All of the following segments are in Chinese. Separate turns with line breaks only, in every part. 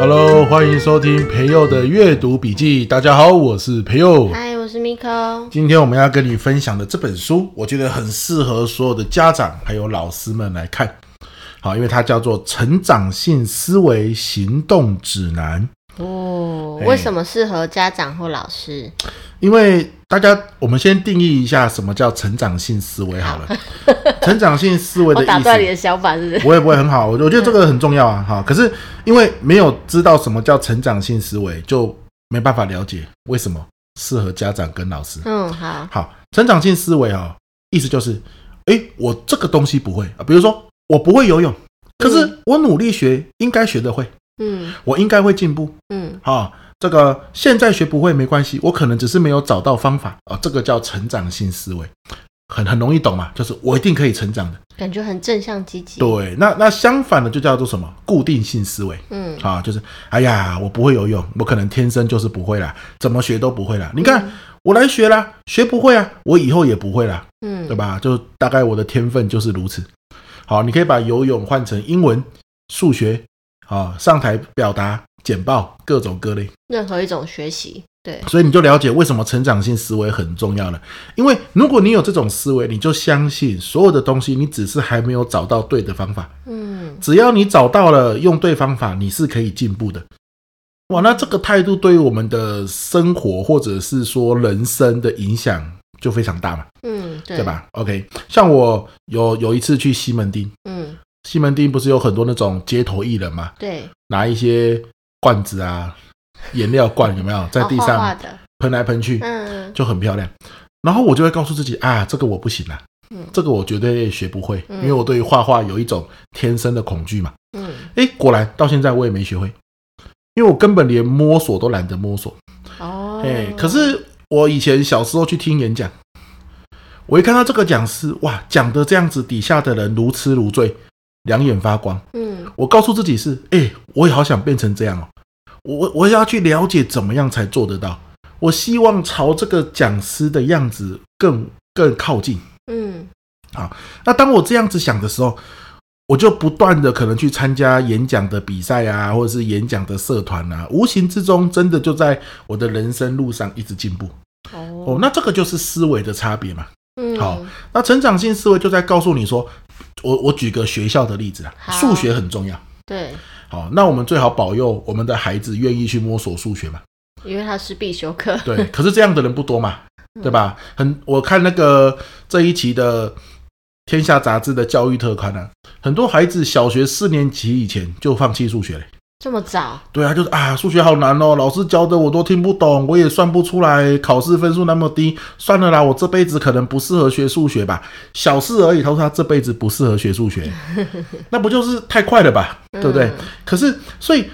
Hello，欢迎收听培佑的阅读笔记。大家好，我是培佑。
嗨，我是 Miko。
今天我们要跟你分享的这本书，我觉得很适合所有的家长还有老师们来看。好，因为它叫做《成长性思维行动指南》。
哦，
哎
为什么适合家长或老师？
因为大家，我们先定义一下什么叫成长性思维好 了。成长性思维的
我打
意
断你的
思，
想法是不是？
不会不会很好。我我觉得这个很重要啊。哈，可是因为没有知道什么叫成长性思维，就没办法了解为什么适合家长跟老师。
嗯，好，
好，成长性思维啊、意思就是，诶，我这个东西不会啊，比如说我不会游泳，可是我努力学，应该学得会，
嗯
我应该会进步
嗯
啊、这个现在学不会没关系，我可能只是没有找到方法啊、这个叫成长性思维，很很容易懂嘛，就是我一定可以成长的。
感觉很正向积极。
对，那那相反的就叫做什么固定性思维。
嗯，
啊，就是哎呀，我不会游泳，我可能天生就是不会啦，怎么学都不会啦。你看，我来学啦，学不会啊，我以后也不会啦，
嗯
对吧？就大概我的天分就是如此。好，你可以把游泳换成英文、数学啊，上台表达、简报各种各类，
任何一种学习，对，
所以你就了解为什么成长性思维很重要了。因为如果你有这种思维，你就相信所有的东西，你只是还没有找到对的方法。
嗯
只要你找到了用对方法，你是可以进步的。哇，那这个态度对于我们的生活或者是说人生的影响就非常大嘛，
嗯，对
对？吧？OK，像我有有一次去西门町，
嗯，
西门町不是有很多那种街头艺人嘛，
对，
拿一些罐子啊、颜料罐有没 有在
哦
地
画画
上
的，
喷来喷去，
嗯
就很漂亮。然后我就会告诉自己啊，这个我不行啦，
嗯
这个我绝对学不会，
嗯
因为我对于画画有一种天生的恐惧嘛。
嗯，
诶，果然到现在我也没学会，因为我根本连摸索都懒得摸索。
哦，
诶，哎可是我以前小时候去听演讲，我一看到这个讲师，哇，讲的这样子，底下的人如痴如醉，两眼发光。
嗯
我告诉自己是，诶，我也好想变成这样哦，我我我要去了解怎么样才做得到。我希望朝这个讲师的样子更更靠近。
嗯
那当我这样子想的时候，我就不断的可能去参加演讲的比赛啊，或者是演讲的社团啊，无形之中真的就在我的人生路上一直进步。哦
哦，，嗯
那这个就是思维的差别嘛。
那
好，那成长性思维就在告诉你说，我我举个学校的例子啊，
好
数学很重要。
对，
好，那我们最好保佑我们的孩子愿意去摸索数学嘛。
因为它是必修课，
对，可是这样的人不多嘛，对吧？很，我看那个这一期的《天下》杂志的教育特刊啊，很多孩子小学四年级以前就放弃数学了。
这么早，
对啊，就是啊，数学好难哦，老师教的我都听不懂，我也算不出来，考试分数那么低，算了啦，我这辈子可能不适合学数学吧，小事而已。他说他这辈子不适合学数学，那不就是太快了吧，对不对？
嗯
可是，所以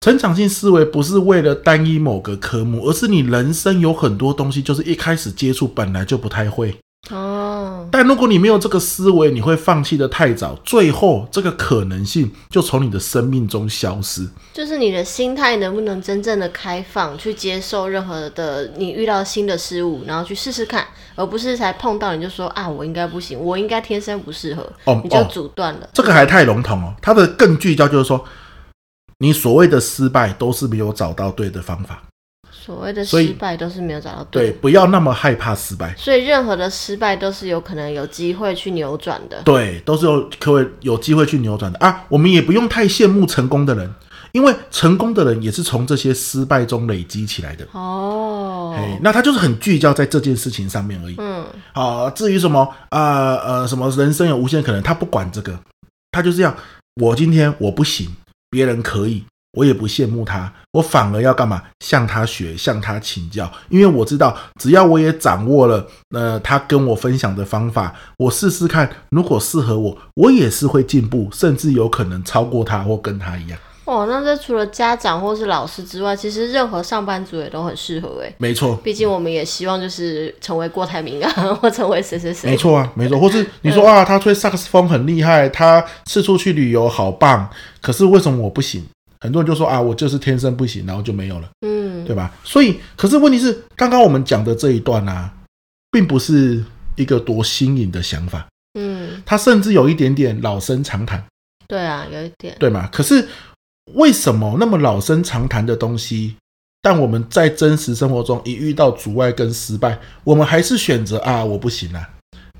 成长性思维不是为了单一某个科目，而是你人生有很多东西，就是一开始接触本来就不太会。
哦，
但如果你没有这个思维，你会放弃的太早，最后这个可能性就从你的生命中消失。
就是你的心态能不能真正的开放，去接受任何的你遇到新的事物，然后去试试看，而不是才碰到你就说啊，我应该不行，我应该天生不适合，
哦
你就
哦，
阻断了。
这个还太笼统哦。它的更聚焦就是说，你所谓的失败都是没有找到对的方法。
所谓的
所以
失败都是没有找到
对，
对的，
不要那么害怕失败。
所以任何的失败都是有可能有机会去扭转的。
对，都是有可以有机会去扭转的啊。我们也不用太羡慕成功的人，因为成功的人也是从这些失败中累积起来的。
哦，
哎，那他就是很聚焦在这件事情上面而已。
嗯
好、至于什么啊呃什么人生有无限可能，他不管这个，他就是要我今天我不行，别人可以，我也不羡慕他，我反而要干嘛？向他学，向他请教，因为我知道，只要我也掌握了呃他跟我分享的方法，我试试看，如果适合我，我也是会进步，甚至有可能超过他或跟他一样。
哦，那这除了家长或是老师之外，其实任何上班族也都很适合哎。
没错，
毕竟我们也希望就是成为郭台铭啊， 或成为谁谁谁。
没错啊，没错。或是你说啊，他吹萨克斯风很厉害，他四处去旅游好棒，可是为什么我不行？很多人就说啊，我就是天生不行，然后就没有了。
嗯，嗯，
对吧？所以，可是问题是，刚刚我们讲的这一段啊，并不是一个多新颖的想法，
嗯，
它甚至有一点点老生常谈，
对啊，有一点，
对吗？可是为什么那么老生常谈的东西，但我们在真实生活中一遇到阻碍跟失败，我们还是选择啊，我不行啊，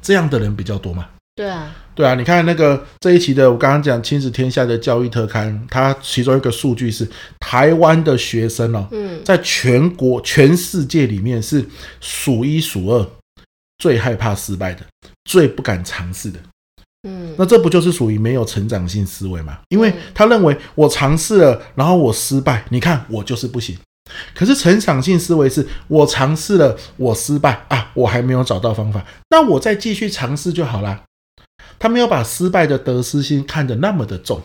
这样的人比较多嘛？
对啊，
对啊，你看那个这一期的，我刚刚讲《亲子天下》的教育特刊，它其中一个数据是台湾的学生哦，
嗯，
在全国、全世界里面是数一数二最害怕失败的、最不敢尝试的。
嗯，
那这不就是属于没有成长性思维吗？因为
嗯
他认为我尝试了，然后我失败，你看我就是不行。可是成长性思维是我尝试了，我失败啊，我还没有找到方法，那我再继续尝试就好啦。他没有把失败的得失心看得那么的重。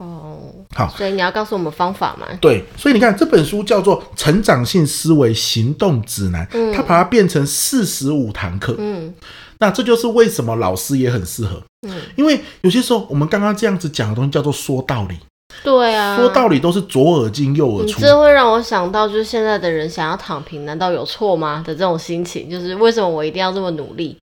哦，
好
所以你要告诉我们方法嘛？
对，所以你看这本书叫做《成长性思维行动指南》，
嗯
它把它变成四十五堂课。
嗯
那这就是为什么老师也很适合，
嗯，
因为有些时候我们刚刚这样子讲的东西叫做说道理，
对啊，
说道理都是左耳进右耳
你
出。
这会让我想到，就是现在的人想要躺平，难道有错吗的这种心情，就是为什么我一定要这么努力？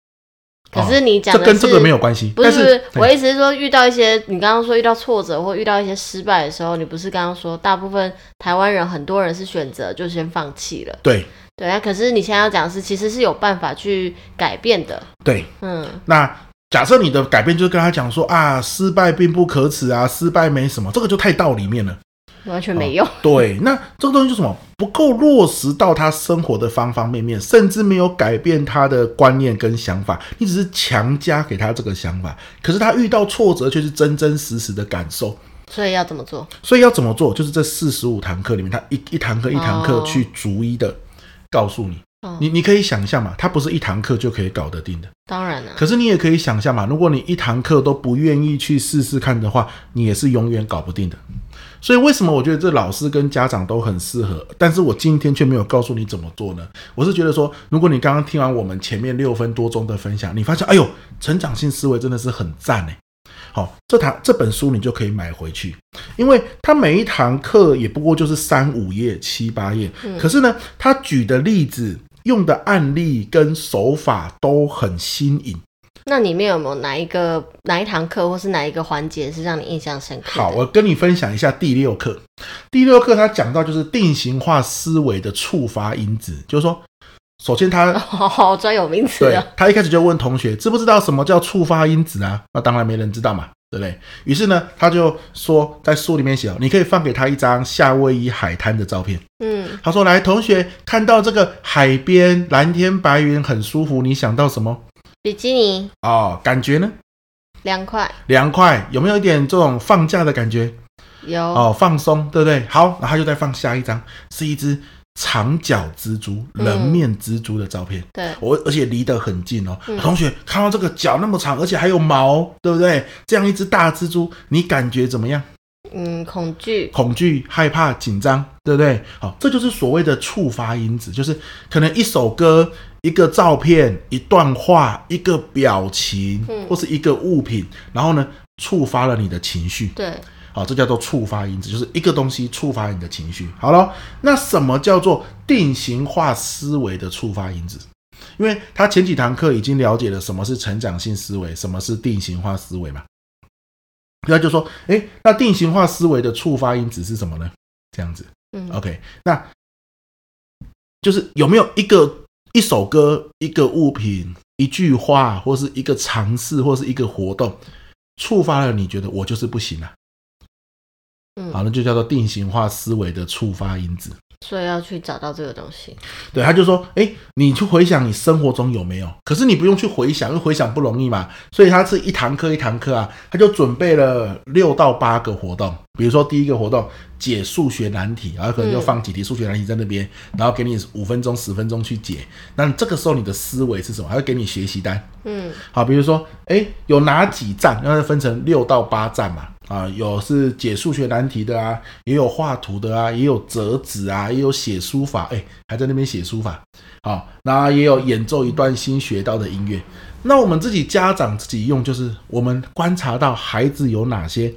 可是你讲
啊哦这
的是、
跟这个没有关系，
不是
但
不是，我
哎
意思是说，遇到一些你刚刚说遇到挫折或遇到一些失败的时候，你不是刚刚说大部分台湾人很多人是选择就先放弃了，
对
对啊。可是你现在要讲的是，其实是有办法去改变的，
对。
嗯
那假设你的改变就是跟他讲说啊，失败并不可耻啊，失败没什么，这个就太道理面了。啊
完全没用，
对，那这个东西就是什么不够落实到他生活的方方面面，甚至没有改变他的观念跟想法，你只是强加给他这个想法。可是他遇到挫折却是真真实实的感受。
所以要怎么做？
所以要怎么做？就是这四十五堂课里面，他一一堂课一堂课
哦
去逐一的告诉你。
哦
你你可以想象嘛，他不是一堂课就可以搞得定的。
当然啊了、
可是你也可以想象嘛，如果你一堂课都不愿意去试试看的话，你也是永远搞不定的。所以为什么我觉得这老师跟家长都很适合？但是我今天却没有告诉你怎么做呢？我是觉得说，如果你刚刚听完我们前面六分多钟的分享，你发现，哎呦，成长性思维真的是很赞哎。好，这堂这本书你就可以买回去，因为它每一堂课也不过就是三五页、七八页，可是呢，他举的例子、用的案例跟手法都很新颖。
那里面有没有哪一个哪一堂课或是哪一个环节是让你印象深刻的？
好，我跟你分享一下第六课。第六课他讲到就是定型化思维的触发因子，就是说，首先他、
好专有名词
对
啊，
他一开始就问同学知不知道什么叫触发因子啊？那当然没人知道嘛，对不对？于是呢，他就说在书里面写哦，你可以放给他一张夏威夷海滩的照片。
嗯，
他说：“来，同学，看到这个海边蓝天白云很舒服，你想到什么？
比基尼
哦，感觉呢？
凉快
凉快，有没有一点这种放假的感觉？
有、
哦，放松，对不对？好，然后他就再放下一张，是一只长脚蜘蛛、
嗯
人面蜘蛛的照片。
对，
我而且离得很近哦，
嗯
同学看到这个脚那么长，而且还有毛，对不对？这样一只大蜘蛛，你感觉怎么样？
嗯，恐惧
恐惧、害怕、紧张，对不对？好，这就是所谓的触发因子，就是可能一首歌、一个照片、一段话、一个表情，
嗯
或是一个物品，然后呢，触发了你的情绪。
对，
好，这叫做触发因子，就是一个东西触发你的情绪。好了，那什么叫做定型化思维的触发因子？因为他前几堂课已经了解了什么是成长性思维，什么是定型化思维嘛。他就说，诶，那定型化思维的触发因子是什么呢？这样子
嗯
，OK，那就是有没有一个一首歌、一个物品、一句话，或是一个尝试，或是一个活动，触发了你觉得我就是不行啊？
嗯，
好，那就叫做定型化思维的触发因子。
所以要去找到这个东西，
对，他就说，哎，你去回想你生活中有没有？可是你不用去回想，因为回想不容易嘛。所以他是一堂课一堂课啊，他就准备了六到八个活动。比如说第一个活动解数学难题，然后可能就放几题数学难题在那边，然后给你五分钟、十分钟去解。那这个时候你的思维是什么？他会给你学习单，
嗯
好，比如说，哎，有哪几站？然后分成六到八站嘛。啊，有是解数学难题的啊，也有画图的啊，也有折纸啊，也有写书法，哎，还在那边写书法。好，那也有演奏一段新学到的音乐。那我们自己家长自己用，就是我们观察到孩子有哪些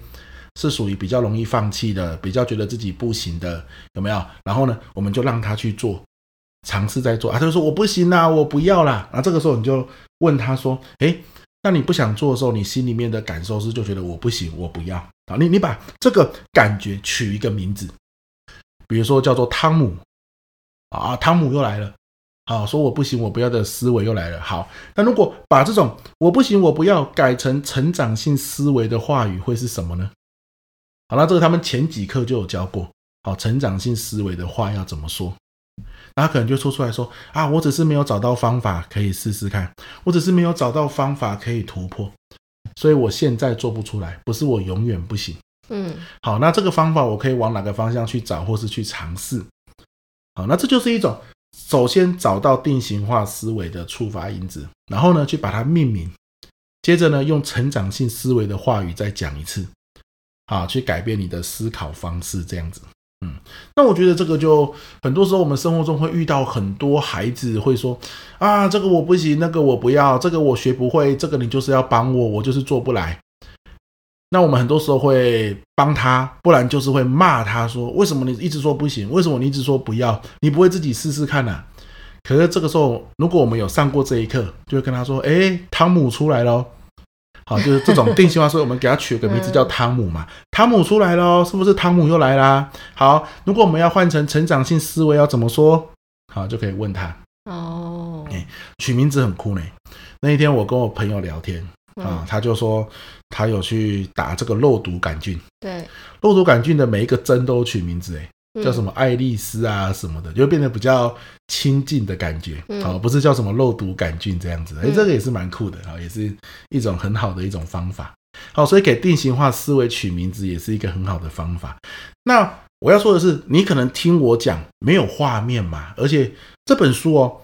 是属于比较容易放弃的，比较觉得自己不行的，有没有？然后呢，我们就让他去做，尝试在做啊。他就说我不行啦，我不要啦。然后这个时候你就问他说，诶，那你不想做的时候，你心里面的感受是就觉得我不行，我不要啊。你你把这个感觉取一个名字，比如说叫做汤姆啊，汤姆又来了。啊，说我不行，我不要的思维又来了。好，那如果把这种我不行，我不要改成成长性思维的话语，会是什么呢？好，那这个他们前几课就有教过。好，成长性思维的话要怎么说？那他可能就说出来说啊，我只是没有找到方法可以试试看，我只是没有找到方法可以突破，所以我现在做不出来，不是我永远不行。
嗯，
好，那这个方法我可以往哪个方向去找，或是去尝试？好，那这就是一种首先找到定型化思维的触发因子，然后呢去把它命名，接着呢用成长性思维的话语再讲一次，啊，去改变你的思考方式，这样子。嗯，那我觉得这个就很多时候我们生活中会遇到很多孩子会说啊，这个我不行，那个我不要，这个我学不会，这个你就是要帮我，我就是做不来。那我们很多时候会帮他，不然就是会骂他说：“为什么你一直说不行？为什么你一直说不要？你不会自己试试看呐、可是这个时候，如果我们有上过这一课，就会跟他说：“诶，汤姆出来喽！”好，就是这种定型化，所以我们给他取个名字叫汤姆嘛。汤姆出来喽，是不是汤姆又来啦？好，如果我们要换成成长性思维，要怎么说？好，就可以问他
哦，
哎取名字很酷呢。那一天我跟我朋友聊天啊
嗯，，
他就说他有去打这个肉毒杆菌。
对，
肉毒杆菌的每一个针都有取名字，哎，
嗯
叫什么爱丽丝啊什么的，就变得比较亲近的感觉，
嗯
哦，不是叫什么肉毒杆菌这样子，哎，
嗯
这个也是蛮酷的啊、哦，也是一种很好的一种方法。好，所以给定型化思维取名字也是一个很好的方法。那我要说的是，你可能听我讲没有画面嘛，而且这本书哦，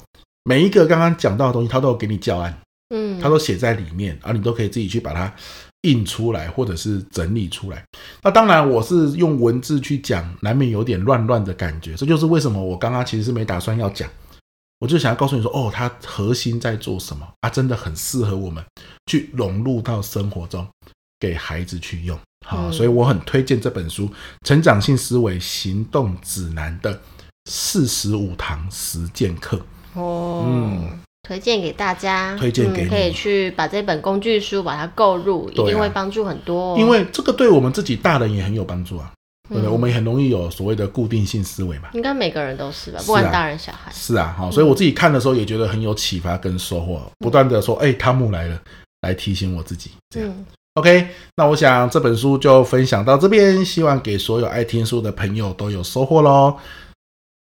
每一个刚刚讲到的东西，它都有给你教案。
嗯，
它都写在里面，而、你都可以自己去把它印出来，或者是整理出来。那当然，我是用文字去讲，难免有点乱乱的感觉。这就是为什么我刚刚其实是没打算要讲，我就想要告诉你说，哦，它核心在做什么啊，真的很适合我们去融入到生活中，给孩子去用。好、
嗯
所以我很推荐这本书《成长性思维行动指南》的四十五堂实践课。
哦，
嗯
推荐给大家，
推荐给
嗯、可
你
以去把这本工具书把它购入，
对啊
一定会帮助很多、哦。
因为这个对我们自己大人也很有帮助啊，对不对？
嗯
我们也很容易有所谓的固定性思维嘛。
应该每个人都是吧，
是啊
不管大人小孩。
是啊，好、所以我自己看的时候也觉得很有启发跟收
嗯
获，不断的说，哎、汤姆来了，来提醒我自己。这样、
嗯，
OK，那我想这本书就分享到这边，希望给所有爱听书的朋友都有收获喽。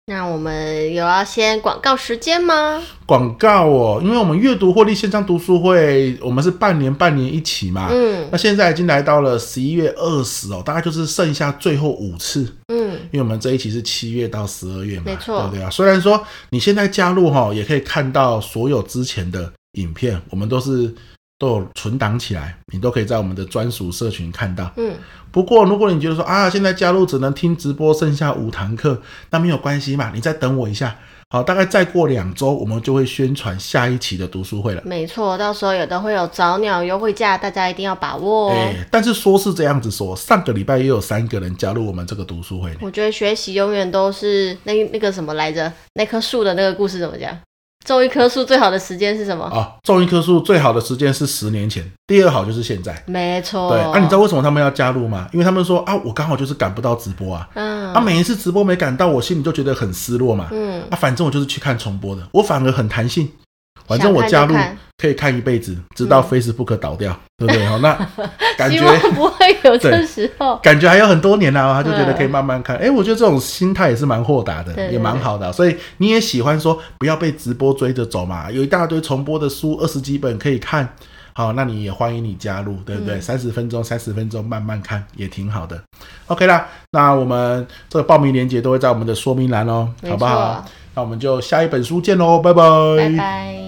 那我们有要先广告时间吗？
广告哦，因为我们阅读获利线上读书会，我们是半年半年一起嘛，
嗯
那现在已经来到了十一月二十哦，大概就是剩下最后五次。
嗯，
因为我们这一期是七月到十二月嘛，
没错
对不对啊？虽然说你现在加入哈、也可以看到所有之前的影片，我们都是都有存档起来，你都可以在我们的专属社群看到。
嗯，
不过如果你觉得说啊，现在加入只能听直播，剩下五堂课，那没有关系嘛，你再等我一下。好，大概再过两周，我们就会宣传下一期的读书会了。
没错，到时候有的会有早鸟优惠价，大家一定要把握哦。
哎，但是说是这样子说，上个礼拜也有三个人加入我们这个读书会呢。
我觉得学习永远都是那那个什么来着，那棵树的那个故事怎么讲？种一棵树最好的时间是什么？
啊，种一棵树最好的时间是十年前，第二好就是现在。
没错。
对，啊，你知道为什么他们要加入吗？因为他们说啊，我刚好就是赶不到直播啊，
嗯
啊，每一次直播没赶到，我心里就觉得很失落嘛。
嗯，
啊，反正我就是去看重播的，我反而很弹性，反正我
想看就
加入
看嗯
可以看一辈子，直到 Facebook 倒掉，对不对？好，那感
希
觉
望不会有这时候。
感觉还有很多年啦、他就觉得可以慢慢看。哎、我觉得这种心态也是蛮豁达的，
对对
也蛮好的啊、所以你也喜欢说不要被直播追着走嘛，有一大堆重播的书，二十几本可以看。好，那你也欢迎你加入，对
嗯
不对？三十、分钟，三十分钟慢慢看也挺好的。OK 啦，那我们这个报名链接都会在我们的说明栏哦，
没错
好不好？那我们就下一本书见喽，拜拜
拜拜。